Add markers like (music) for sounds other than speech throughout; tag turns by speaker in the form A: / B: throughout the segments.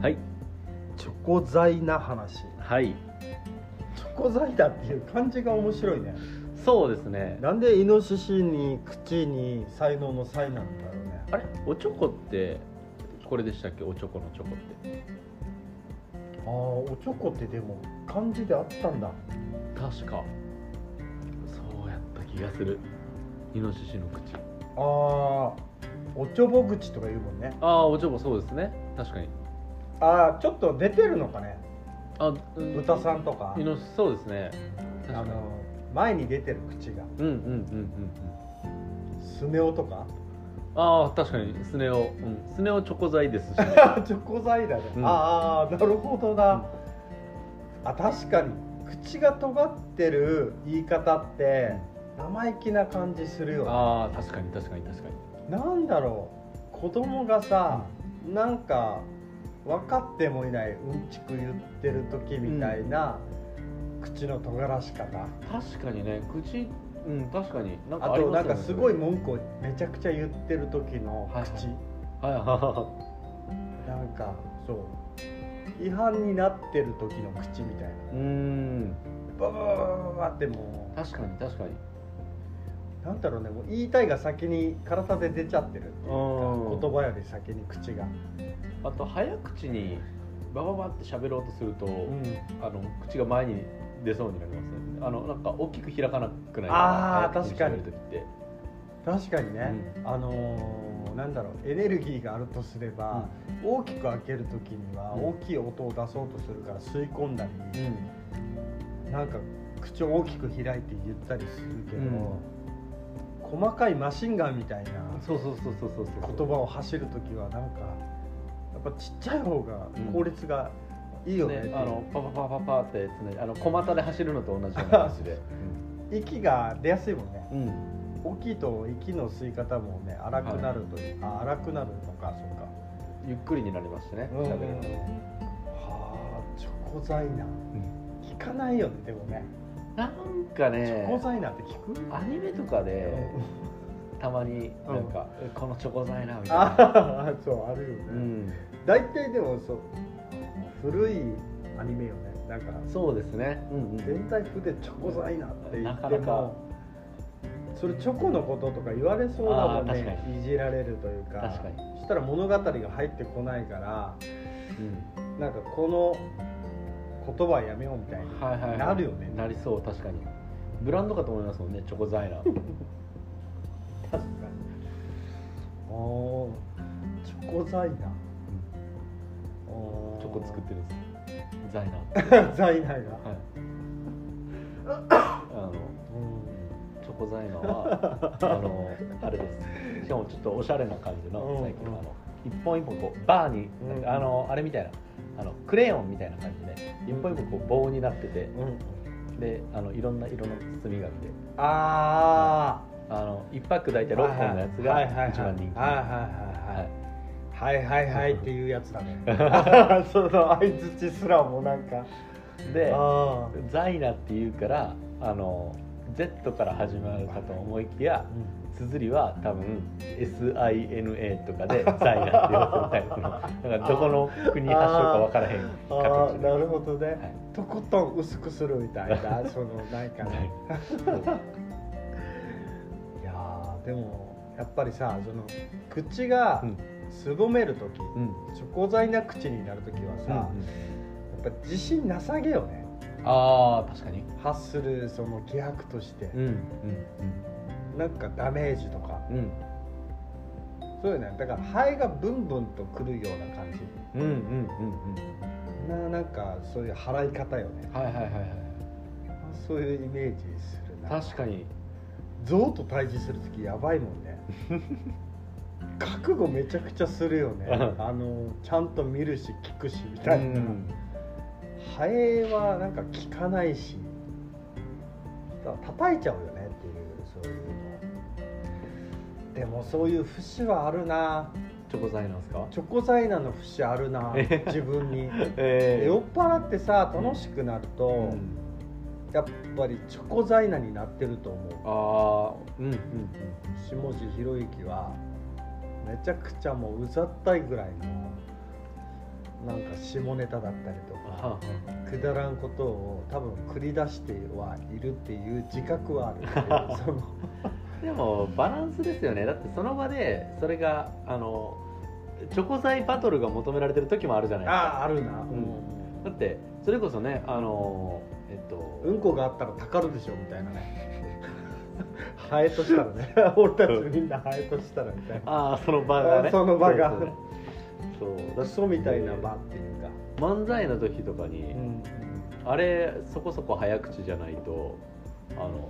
A: はい
B: チョコ材な話
A: はい
B: チョコ材だっていう感じが面白いね
A: そうですね
B: なんでイノシシに口に才能の才なんだろうね
A: あれおちょこってこれでしたっけおちょこのチョコって
B: ああおチョコってでも漢字であったんだ
A: 確かそうやった気がするイノシシの口
B: ああおちょぼ口とか言うもんね
A: ああおちょこそうですね確かに
B: ああちょっと出てるのかね
A: あ、
B: 豚さんとか
A: イノシシそうですね確
B: あ
A: かに
B: の前に出てる口が
A: うんうんうんうんうん
B: スネ夫とか
A: ああ確かにスネ夫、うん、スネ夫チョコ材ですし、
B: (laughs)
A: ね、
B: チョコ材だね、
A: うん
B: ああなるほどな、あ確かに口が尖ってる言い方って生意気な感じするよね
A: ああ確かに確かに確かに
B: なんだろう子供がさなんか分かってもいないうんちく言ってる時みたいな、口の尖らし方
A: 確かにね口うん確かになんか
B: あ
A: り
B: と
A: ま
B: な
A: よ
B: ん
A: ね
B: かすごい文句をめちゃくちゃ言ってる時の
A: はいはい
B: 口、
A: はいはいは
B: なんかそう違反になってる時の口みたいない
A: うーん
B: バババババババっても
A: 確かに確かに
B: うなんだろうねもう言いたいが先に体で出ちゃってるっていうか
A: うん
B: 言葉より先に口が、
A: あと早口にバババって喋ろうとすると、あの口が前に出そうになりますねあのなんか大きく開かなくない
B: あー
A: 早口
B: 確か
A: 喋
B: に
A: る時って
B: 確かにね、あのーなんだろうエネルギーがあるとすれば、大きく開ける時には
A: うん
B: 大きい音を出そうとするから吸い込んだり、なんか口を大きく開いて言ったりするけど、細かいマシンガンみたいな
A: そうそうそうそうそうそう
B: 言葉を走る時はなんかやっぱちっちゃい方が効率がいいよね,、
A: ね、あのパパパパパって常にあの小股で走るのと同
B: (laughs)
A: じような感じで、
B: 息が出やすいもんね
A: うん、
B: 大きいと息の吸い方もね荒くなるというか、あ荒くなるのかそうか。
A: ゆっくりになりましたね、
B: うん
A: 喋るの
B: はあチョコザイナ
A: ん
B: 聞かないよねでもね、
A: なんか
B: チョコ
A: ね
B: ザイナって聞く
A: アニメとかでたまになんか、えこのチョコ材なみたいな、
B: ああそうあるよね、
A: うん、
B: 大体でもそう古いアニメよねなんか
A: そうですね、うんうん、
B: 全体風でチョコザイナって言っても
A: なかなか
B: それチョコのこととか言われそうだもん
A: あー確
B: ね
A: か
B: いじられるというか
A: 確かに
B: そしたら物語が入ってこないから
A: うん
B: なんかこの言葉はやめようみたいに
A: はいはいはい、
B: なるよね
A: なりそう確かにブランドかと思いますもんねチョコ材な
B: 確かにおーチョコザイナ
A: チョコ作っててるんです材な
B: ザイナが、 (laughs)
A: はいあのチョコ材なはあのあれですしかもちょっとおしゃれな感じ
B: うんう
A: の
B: ん
A: 最近のあの一本一本こうバーに、
B: うんうん
A: あのあれみたいなあのクレヨンみたいな感じで一本一本こう棒になってて
B: うん、
A: であのいろんな色の包み紙で
B: あ
A: あの一パック大
B: ー
A: 体6本のやつ
B: はい
A: が一番人気
B: は
A: は
B: いはいはいはいはいはいはいはいっていうやつだね (laughs) その相づちすらもなんか
A: いで
B: あー
A: ザイナっていうからあの Z から始まるかと思いきや綴りは多分 SINA とかでザイナって言わせるタイプのなんかどこの国発祥か分からへん
B: あー
A: 形
B: なる
A: で
B: ほどね、
A: はい
B: とことん薄くするみたい (laughs) なそのなんかねいやーでもやっぱりさその口が
A: うん
B: すぼめる時、
A: うんうん
B: チョコ材な口になる時はさ、やっぱ自信なさげよね
A: あー確かに
B: 発するその気迫として、
A: うんうん
B: なんかダメージとか
A: うん
B: そうよねだから肺がブンブンとくるような感じ
A: うんうんうんうんうん
B: ななんかそういう払い方よね
A: はいはいはいはい
B: そういうイメージするな
A: 確かに
B: 象と対峙する時やばいもん
A: (laughs)
B: ね覚悟めちゃくちゃするよねあのちゃんと見るし聞くしみたいな、
A: うん
B: ハエはなんか効かないしだから叩いちゃうよねっていうそういうのでもそういう節はあるな
A: チョコザイナですか
B: チョコザイナの節あるな自分に
A: (laughs) え
B: 酔っ払ってさ楽しくなると、
A: うん
B: やっぱりチョコザイナになってると思う
A: あーうんうん
B: 下地博之はめちゃくちゃもううざったいぐらいのなんか下ネタだったりと
A: あ
B: か
A: は
B: くだらんことを多分繰り出してはいるっていう自覚はあるその
A: あでもバランスですよねだってその場でそれがあのチョコザイバトルが求められてる時もあるじゃないですか
B: あああるな、うん
A: だってそれこそねあのえっと、
B: うんこがあったらたかるでしょみたいなねハエとしたらね俺たちみんなハエとしたらみたいな
A: ああその場がね
B: あーその場が
A: そうですよねそうだ
B: ク
A: って
B: ソみたいな場っていうか、
A: 漫才の時とかに、
B: うん
A: あれそこそこ早口じゃないとあの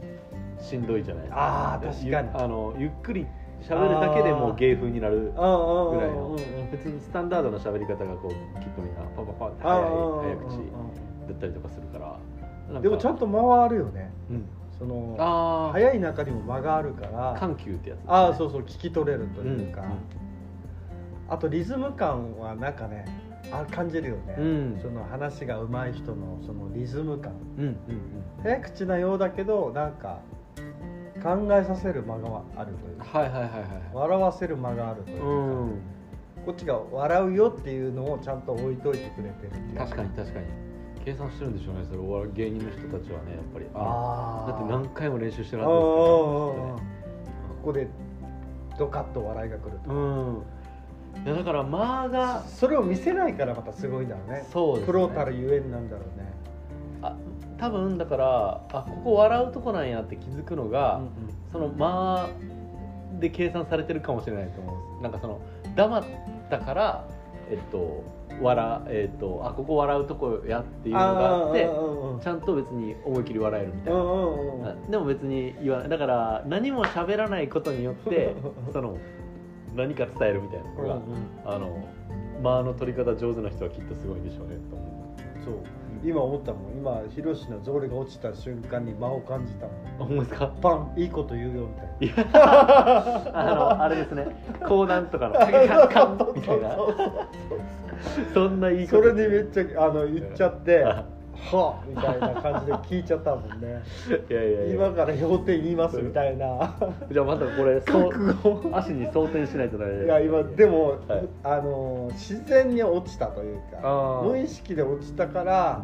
A: しんどいじゃないです
B: あー確かに
A: ゆあのゆっくり喋るだけでもう芸風になる
B: ああ
A: ぐらいの
B: うん
A: 別にスタンダードな喋り方がこうきっとみんなパパパって
B: ああ
A: 早い早
B: うんう
A: 口
B: ん
A: だったりとかするからな
B: うん
A: か
B: でもちゃんと間はあるよね
A: うん
B: その
A: ああ
B: 早い中にも間があるから
A: 緩急ってやつですね、
B: ああそうそう聞き取れるというか、
A: うんうん
B: あとリズム感はなんかねあ感じるよね、
A: うん
B: その話が上手い人のそのリズム感
A: うんうんうん
B: 早口なようだけどなんか考えさせる間があるというか
A: はいはいはいは
B: 笑わせる間があるとい
A: いう
B: か、
A: うん
B: こっちが笑うよっていうのをちゃんと置いといてくれてるっていう
A: 確かに確かに計算してるんでしょうねそれお笑い芸人の人たちはねやっぱり
B: ああ
A: だって何回も練習してる
B: ああああああ
A: はずですからね
B: こ
A: きっとね
B: こでドカッと笑いが来ると、
A: うんいやだから間が
B: それを見せないからまたすごいんだろうね
A: そうです、ね、
B: プロたるゆえんなんだろうね、
A: あ多分だからあここ笑うとこなんやって気づくのが、その間で計算されてるかもしれないと思うんですなんかその黙ったからえっと笑えっとあここ笑うとこやっていうのがあってちゃんと別に思い切り笑えるみたいなあでも別に言わないだから何も喋らないことによってその何か伝えるみたいなのが、あの間の取り方上手な人はきっとすごいんでしょうねと思
B: そう今思ったもん今ヒロシのゾールが落ちた瞬間に間を感じたもん
A: う思います
B: (laughs)
A: か
B: パンいいこと言うよみたいな
A: あのあれですね講談とかの
B: (laughs)
A: カンカンみたいな
B: そうそうそう
A: そんないいこ
B: そ
A: と
B: れにめっちゃあの言っちゃって
A: あ
B: はあみたいな感じで聞いちゃったもんね
A: いやいやいや
B: 今から評定言いますみたいな
A: じゃあまたこれそう
B: 覚悟
A: 足に装填しないとなれ
B: いや今でも、
A: はい
B: あの自然に落ちたというか
A: あー
B: 無意識で落ちたから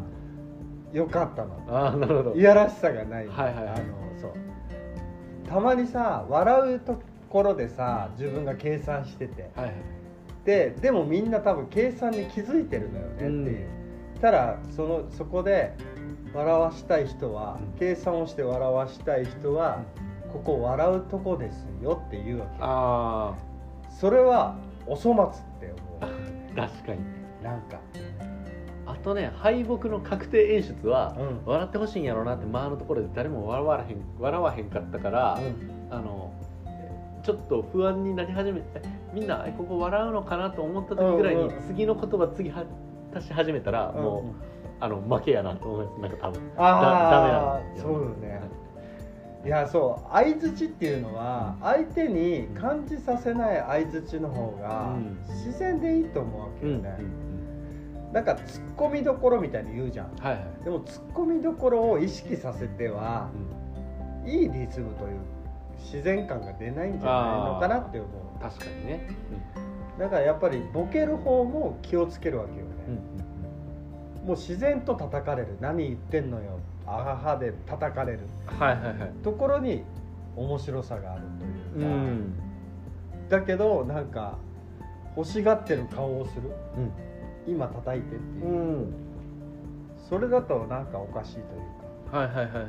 B: よかったの
A: ああなるほど
B: いやらしさがない、
A: はいはいはい
B: あのそうたまにさ笑うところでさ自分が計算してて
A: はいはい
B: ででもみんな多分計算に気づいてるのよねっていう、たらそのそこで笑わしたい人は、
A: うん
B: 計算をして笑わしたい人は、ここ笑うとこですよっていうわけ
A: あ
B: それはお粗末って思
A: あ確かに
B: うなんか、
A: あとね敗北の確定演出は、
B: うん
A: 笑ってほしいんやろうなって間のところで誰も笑わへん笑わへんかったから、あのちょっと不安になり始めてみんなえここ笑うのかなと思った時ぐらい
B: うん
A: に
B: うん
A: 次の言葉次は足し始めたら
B: うん
A: もう、あの負けやなと思いますなんか多分
B: あ
A: だダメなん
B: あ
A: ですよ
B: そうよね、いやそう相づちっていうのは相手に感じさせない相づちの方が
A: うん
B: 自然でいいと思うわけ
A: うん
B: よ
A: うん
B: ね、なんかツッコミどころみたいに言うじゃん
A: はいはい、
B: でもツッコミどころを意識させては
A: うん
B: いいリズムという自然感が出ないんじゃないのかなって思う
A: 確かにね、
B: だからやっぱりボケる方も気をつけるわけよ
A: うんう
B: ね、
A: ん
B: もう自然と叩かれる何言ってんのよあははで叩かれる
A: うん、はいはいはい
B: ところに面白さがあるというか、だけどなんか欲しがってる顔をする今叩いてっていうう、
A: ん、うん、
B: それだとなんかおかしいというか
A: はいはいはいはいはい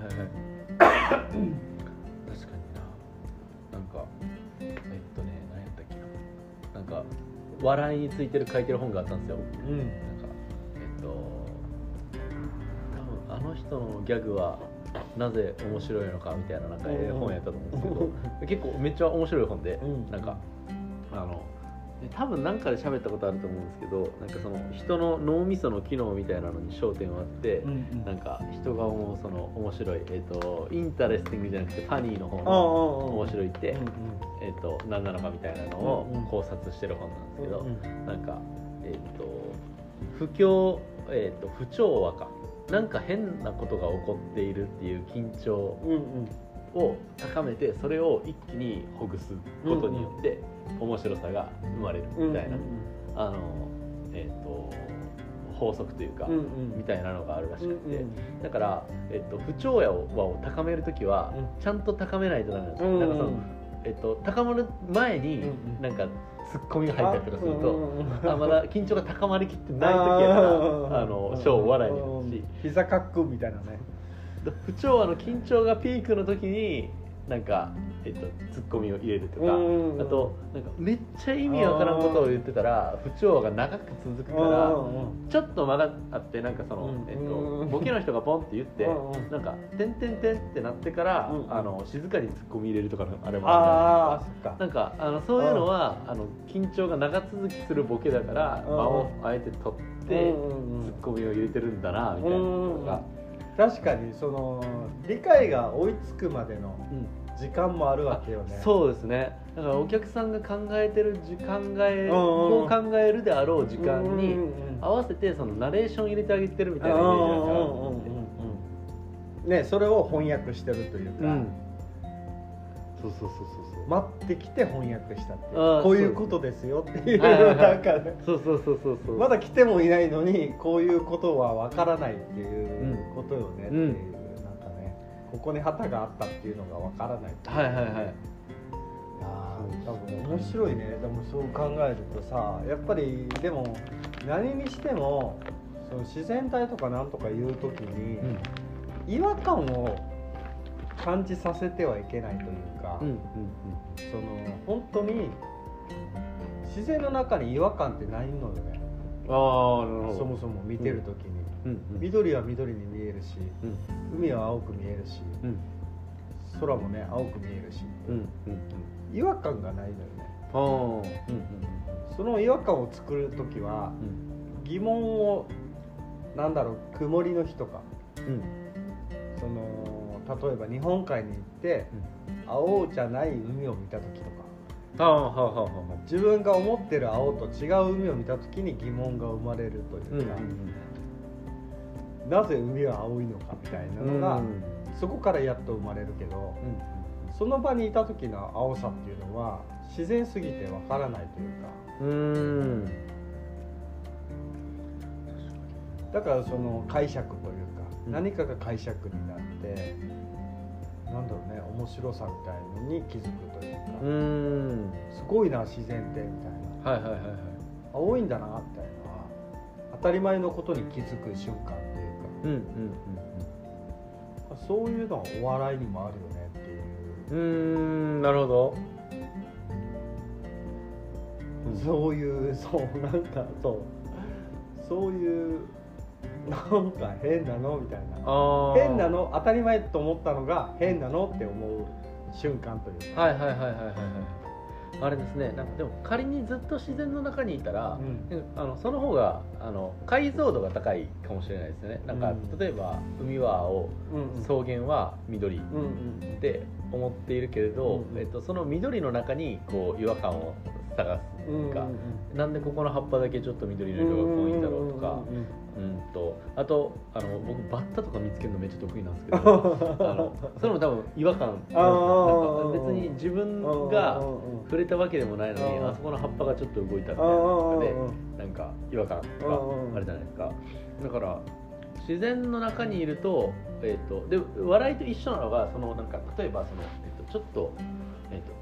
A: 確かにななんかえっとね何やったっけななんか笑いについてる書いてる本があったんですよ
B: うん
A: なんかえっと多分あの人のギャグはなぜ面白いのかみたいななんかええ
B: うん
A: 本やったと思うんですけど結構めっちゃ面白い本で、
B: うん
A: なんかあのえ多分なんかで喋ったことあると思うんですけどなんかその人の脳みその機能みたいなのに焦点を当てて、
B: うん
A: なんか人が思うその面白いえっ、とインタレスティングじゃなくてファニーの方
B: ああ
A: の面
B: 面
A: 白いって、
B: うん
A: えっ、と何なのかみたいなの
B: うんうん
A: を考察してる本なんです
B: う
A: けど、
B: んうん
A: なんかえっ、と不況えっ、と不調和かなんか変なことが起こっているっていう緊張
B: うんうん
A: を高めてそれを一気にほぐすことによって面白さが生まれるみたいな、
B: うんうん
A: あのえー、と法則というか、
B: うんうん
A: みたいなのがあるらし
B: うん
A: く
B: う
A: て、
B: ん
A: だから、えっと、不調和を高める時は、
B: う
A: ちゃんと高めないとダメなんですよ、
B: うん
A: なんかその、えっと、高まる前に、
B: うんうん
A: なんかツッコミが入ったりとかすると、
B: うんうんうん
A: あまだ緊張が高まりきってない時や
B: (laughs)
A: ったら
B: うん
A: あのショーお笑いになるし、
B: 膝カックンみたいなね
A: 不調和の緊張がピークの時になんか、えっと、ツッコミを入れるとか、
B: うん
A: あとなんかめっちゃ意味わからんことを言ってたら不調和が長く続くか
B: う
A: ら
B: んうん
A: ちょっと間があってなんかその、
B: うん
A: えっ
B: う
A: と、
B: ん
A: ボケの人がポンって言って
B: うんうん
A: なんか「てんてんてん」ってなってから、
B: うん
A: あの静かにツッコミ入れるとかのあれもあ
B: ああ
A: る
B: そっか
A: なんかあのそういうのはあの緊張が長続きするボケだから
B: うん
A: 間をあえて取って
B: うんうんう
A: ツ
B: ん
A: ッコミを入れてるんだなみたいなのが。
B: 確かにその理解が追いつくまでの
A: うん
B: 時間もあるわけよね
A: そうですねだからお客さんが考えてる時考え
B: うんうんう
A: こ
B: ん
A: う考えるであろう時間
B: うんう
A: に
B: んうん
A: 合わせてそのナレーション入れてあげてるみたいなイメージなんかなと思って
B: うんうんうんうんねそれを翻訳してるという
A: う
B: か、
A: んそうそうそうそう
B: 待ってきて翻訳したっていう
A: あー
B: こういうことですよっていう
A: はいはいは
B: ないんかね
A: そうそうそうそうそう
B: まだ来てもいないのにこういうことはわからないっていうことよねっていう、なんかねここに旗があったっていうのがわからないっていう
A: はいはいはい
B: あー多分面白いねでもそう考えるとさやっぱりでも何にしてもその自然体とかなんとか言う時に、
A: うん
B: 違和感を感じさせてはいけないというか、
A: うんうん
B: その本当に自然の中に違和感ってないのよね
A: うんああなるほど
B: そもそも見てる時に、
A: うんうん
B: 緑は緑に見えるし
A: うん
B: 海は青く見えるし
A: うん
B: 空もね青く見えるし
A: うんうん
B: 違和感がないのよね
A: あーうん
B: その違和感を作る時は
A: うん
B: 疑問をなんだろう曇りの日とか
A: うん
B: その例えば日本海に行って青じゃない海を見た時とか
A: ああはあはあはあ
B: 自分が思ってる青と違う海を見た時に疑問が生まれると
A: うん
B: いううんか、なぜ海は青いのかみたいなのが、
A: うん
B: そこからやっと生まれるけど
A: うん
B: その場にいた時の青さっていうのは自然すぎてわからないという
A: うーん
B: かだからその解釈というか、
A: うん
B: 何かが解釈になってなんだろうね面白さみたいのに気づくというか、
A: うーん
B: すごいな自然ってみた
A: は
B: いな
A: いはいはいはい
B: 青いんだなみたいな当たり前のことに気づく瞬間っていうか。
A: うん
B: そういうのはお笑いにもあるよねっていう、
A: うんうんうんうーんなるほど
B: そういうそうなんかそうそういうなんか変なのみたいな
A: ああ
B: 変なの当たり前と思ったのが変なのって思う瞬間というか、
A: はいはいはいはいはいはいあれですねなんかでも仮にずっと自然の中にいたら、
B: うん
A: あのその方があの解像度が高いかもしれないですよねなんか、
B: うん
A: 例えば海は青
B: うん
A: 草原は緑
B: うんうん
A: って思っているけれど、
B: うん
A: えっと、その緑の中にこう違和感を探すというか、なんでここの葉っぱだけちょっと緑の色が濃いんだろうとか、うんとあとあの僕バッタとか見つけるのめっちゃ得意なん
B: (laughs)
A: ですけどあのそれも多分違和感
B: あー
A: なんか別に自分が触れたわけでもないのに
B: あー
A: あそこの葉っぱがちょっと動いたみたいな
B: あ
A: の
B: あ
A: でなんか違和感と
B: あー
A: かあるじゃないですかだから自然の中にいると,、えー、とで笑いと一緒なのがそのなんか例えばその、えー、とちょっと,、えーと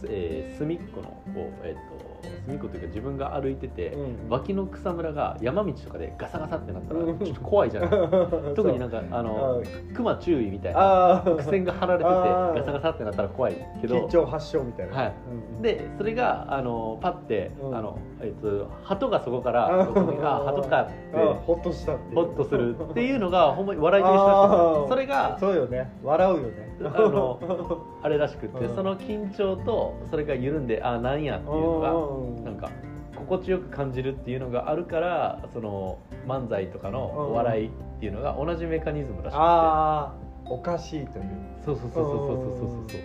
A: すえー隅っこのこう、えー、と隅っこというか自分が歩いてて、脇の草むらが山道とかでガサガサってなったら
B: うん
A: ちょっと怖いじゃ
B: (laughs)
A: ないですか特になんかあの熊注意みたいな伏線が張られて
B: あー
A: てガサガサってなったら怖いけど
B: 緊張発症みたいな、
A: はいでそれがあのパッて、
B: うん
A: あのえっと鳩がそこからここにあ鳩かって
B: ホッとしたっていう
A: ホッとするっていうのがほんまに笑いと一緒
B: あー
A: ですそれが
B: そうよね笑うよね
A: あ
B: (laughs)
A: のあれらしくって
B: うん
A: その緊張とそれが緩んであーなんやっていうのが
B: うん
A: なんか心地よく感じるっていうのがあるからその漫才とかのお笑いっていうのが同じメカニズムらしく
B: ああおかしいという
A: てそうそうそうそうそうそうそうそう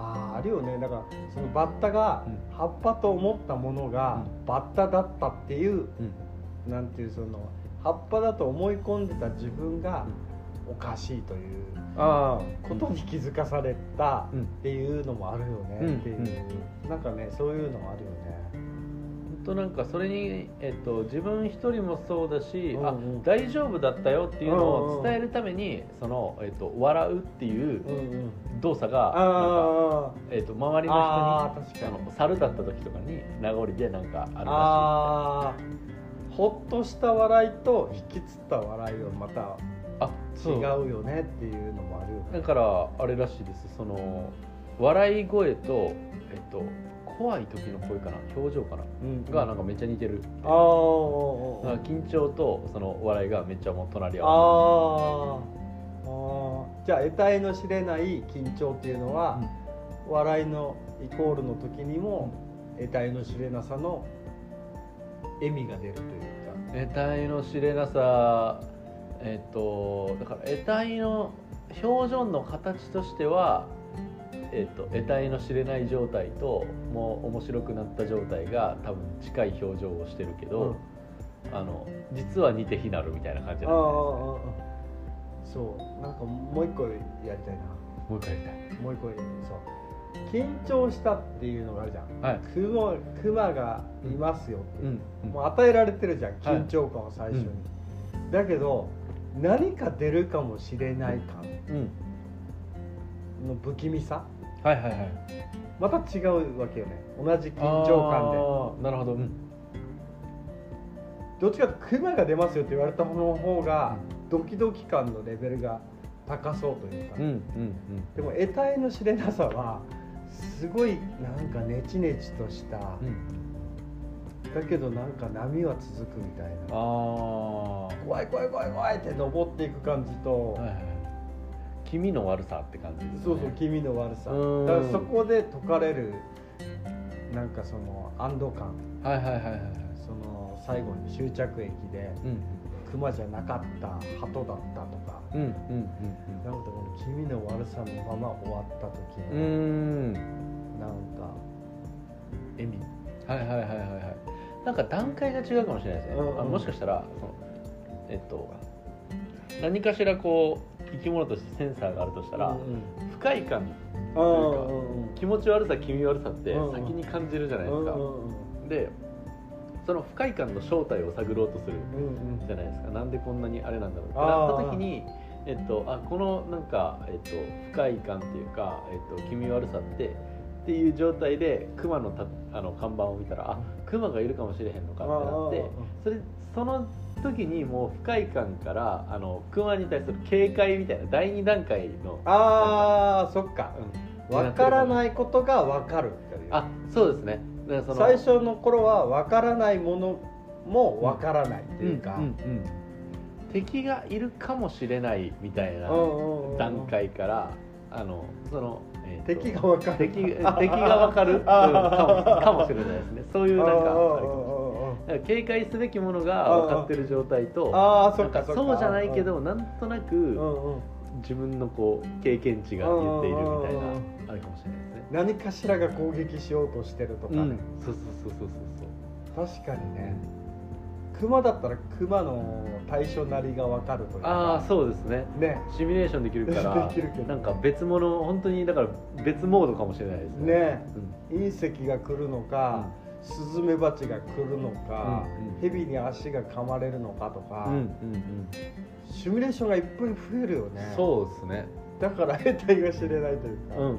B: あああるよねだからそのバッタが
A: うん
B: 葉っぱと思ったものが
A: う
B: バッタだったっていう
A: うん
B: なんていうその葉っぱだと思い込んでた自分がおかしいという
A: あ
B: ことに気づかされた
A: うん
B: っていうのもあるよねっていう、なんかねそういうのもあるよね
A: 本となんかそれに、えっと、自分一人もそうだし、
B: うん
A: あ
B: うん
A: 大丈夫だったよっていう
B: うん
A: の
B: う
A: を
B: ん
A: 伝えるためにその、えっと、笑うっていう
B: うんうん
A: 動作がなんか、
B: あ
A: えっと、周り
B: ー
A: の
B: あー確
A: 人
B: か
A: に
B: に
A: あの猿だった時とかに名残でなんかあるら
B: あーほっとした笑いと引きつった笑いはまた
A: しいあ
B: 違
A: そう
B: うよねっていうのもあるよ
A: だ
B: ね
A: からあれらしいですその笑い声と、えっと、怖い時の声かな表情かながなんかめっちゃ似てるって
B: あー
A: なんか緊張とその笑いがめっちゃもう隣り合わ
B: あーあーじゃあ得体の知れない緊張っていうのは、笑いのイコールの時にも得体の知れなさの笑みが出るという
A: せ得体の知れなさえっとだから得体の表情の形としてはえっと得体の知れない状態ともう面白くなった状態が多分近い表情をしてるけ
B: か、
A: ど、あの実は似て非なるみたいな感じ
B: あーあー
A: なんで
B: あーそうなんかもう一個やりたいな
A: もう一回やりたい
B: もう一個そう緊張したっていうのがあるじゃん
A: はい
B: クマクマがいますよっていうう、
A: んうん
B: もう与えられてるじゃん
A: はい
B: 緊張感を最初に、だけど何か出るかもしれない感
A: うん
B: の不気味さ
A: はいはいはい
B: また違うわけよね同じ緊張
A: 感で
B: 感
A: なるほどうん
B: でどっちかというとクマが出ますよって言われた方の方がドキドキ感のレベルが高そうというか、
A: うんうん
B: でも得体の知れなさはすごいなんかネチネチとした、
A: うんうん
B: だけどなんか波は続くみたい
A: ああ
B: な怖い怖い怖い怖いって登っていく感じと、
A: はいはいはい気味の悪さって感じですね
B: そうそう気味の悪さ
A: うん
B: だからそこで解かれるなんかその安堵感
A: はいはいはいはいはい
B: その最後に終着駅で
A: うん
B: クマじゃなかった鳩だったとか
A: うんうん
B: なんかこの気味の悪さのまま終わった時
A: うんうんう
B: の
A: んうーん
B: なんか笑み
A: はいはいはいはいはいなんか段階が違うかもしれないですね、
B: うんうん
A: あもしかしたらそのえっと何かしらこう生き物としてセンサーがあるとしたら、
B: うん
A: 不快感
B: うんんうんうん
A: 気持ち悪さ気味悪さって
B: うんうん
A: 先に感じるじゃないですか、
B: うん
A: でその不快感の正体を探ろうとする
B: うん
A: じゃないですかなんでこんなにあれなんだろうって
B: あ
A: な
B: ー
A: った時にえっと、あこのなんか、えっと、不快感っていうか、えっと、気味悪さってっていう状態で熊のたあの看板を見たらあ熊がいるかもしれへんのかってなってそれその時にもう不快感からあの熊に対する警戒みたいな第2段階の
B: あーそっか
A: うん
B: わからないことがわかるっていう
A: あそうですねなんかその
B: 最初の頃はわからないものもわからないっていうか、
A: うんうんうん敵がいるかもしれないみたいな
B: うんうんうん
A: 段階から、あのその、えーと
B: 敵がわかる
A: 敵
B: (laughs)
A: 敵がわかる、うんかもかもしれないですねそういうなんかあるかも
B: あ
A: だから警戒すべきものが分かってる状態と
B: あーそ
A: な
B: っ
A: んか
B: かそっか
A: そうじゃないけどなんとな
B: うん
A: く
B: うん
A: 自分のこう経験値が言っているみたい
B: うんうんうん
A: なあるかもしれないですね。
B: 何かしらが攻撃しようとしてるとか
A: う
B: ね、
A: ん、そうそうそうそうそう
B: 確かにね熊だったら熊の対象なりがわかるというか
A: ああそうですね
B: うね
A: シミュレーションできるから
B: (laughs) できるけど
A: なんか別物本当にだから別モードかもしれないですね
B: ね
A: うん
B: 隕石が来るのか、スズメバチが来るのか、
A: うんうん
B: 蛇に足が噛まれるのかとか、
A: うんうんうん
B: シミュレーションがいっぱい増えるよね
A: そうですね
B: だから得体が知れないという
A: う
B: か、
A: んうん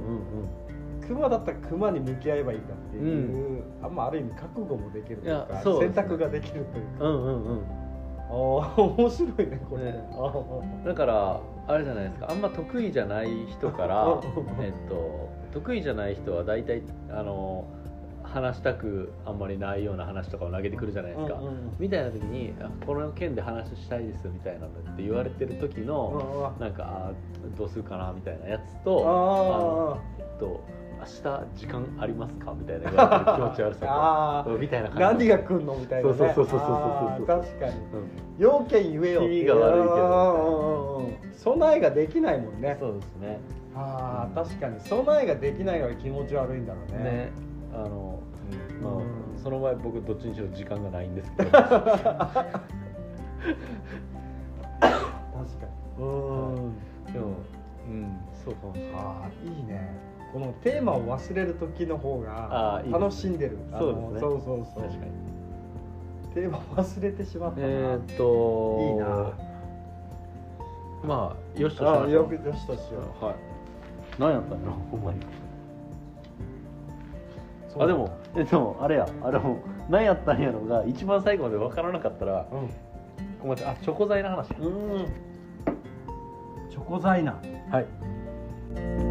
B: クマだったらクマに向き合えばいいんだっていう、あんまある意味覚悟もできるという
A: い
B: か
A: やそうです
B: 選
A: ね
B: 択ができるという
A: う
B: か、
A: んうんうん
B: ああ面白いねこれ、
A: ね
B: あー
A: だからあれじゃないですかあんま得意じゃない人か
B: (laughs)
A: らえっと得意じゃない人は大体あの話したくあんまりないような話とかを投げてくるじゃないですか、
B: うんうん
A: みたいな時にあ「この件で話したいです」みたいなのって言われてる時
B: うん
A: の、
B: うんあ
A: なんかあーどうするかなみたいなやつと
B: ー
A: えっと明日時間ありますかみたいな言われてる気持ち悪さ
B: あ
A: とみたいな
B: ー何が
A: く
B: 来るのみたいな、ね、
A: そうそうそうそうそう
B: あー確かに
A: うん
B: 要件言えよってい
A: 気味
B: う
A: が悪いけど
B: うんうんうんうん備えができないもんね
A: そうですね
B: ああ確かに備えができないから気持ち悪いんだろうね
A: ねあの、うんまあ
B: うん
A: その場合僕どっちにしろ時間がないんですけど
B: 確かにうん
A: (laughs) でもうんそうかもしれない
B: あーいいねこのテーマを忘れる時の方が
A: あーいいですね
B: 楽しんでる
A: そうですね
B: あのそうそうそ
A: 確
B: う
A: かに
B: テーマ忘れてしまったな、
A: えーっと
B: いいな
A: まあよしとしましょ
B: あ
A: う
B: よくよしとしよう
A: はい何やった (laughs) んやろほんまにあでもえでもあれやあれも何やったんやろが一番最後まで分からなかったら困ってあチョコ材の話や
B: うん、うん、チョコ材な
A: はい